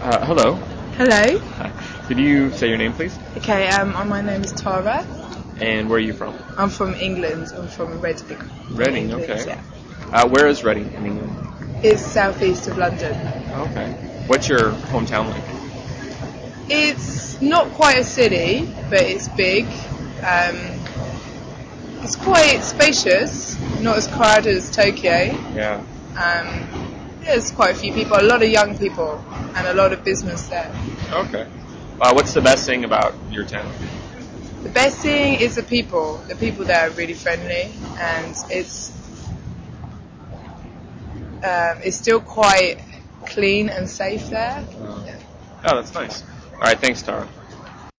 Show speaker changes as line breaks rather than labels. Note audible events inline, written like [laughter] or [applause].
Uh, hello. [laughs]
Hello.
Hi. Could you say your name, please?
Okay, um, uh, my name is Tara.
And where are you from?
I'm from England. I'm from Reading.
Reading,
England,
okay.
Yeah.
Uh, where is Reading in England?
It's southeast of London.
Okay. What's your hometown like?
It's not quite a city, but it's big. Um, it's quite spacious, not as crowded as Tokyo.
Yeah.
Um, there's quite a few people, a lot of young people, and a lot of business there.
Okay. Uh, what's the best thing about your town?
The best thing is the people. The people there are really friendly, and it's um, it's still quite clean and safe there.
Oh, that's nice. All right, thanks, Tara.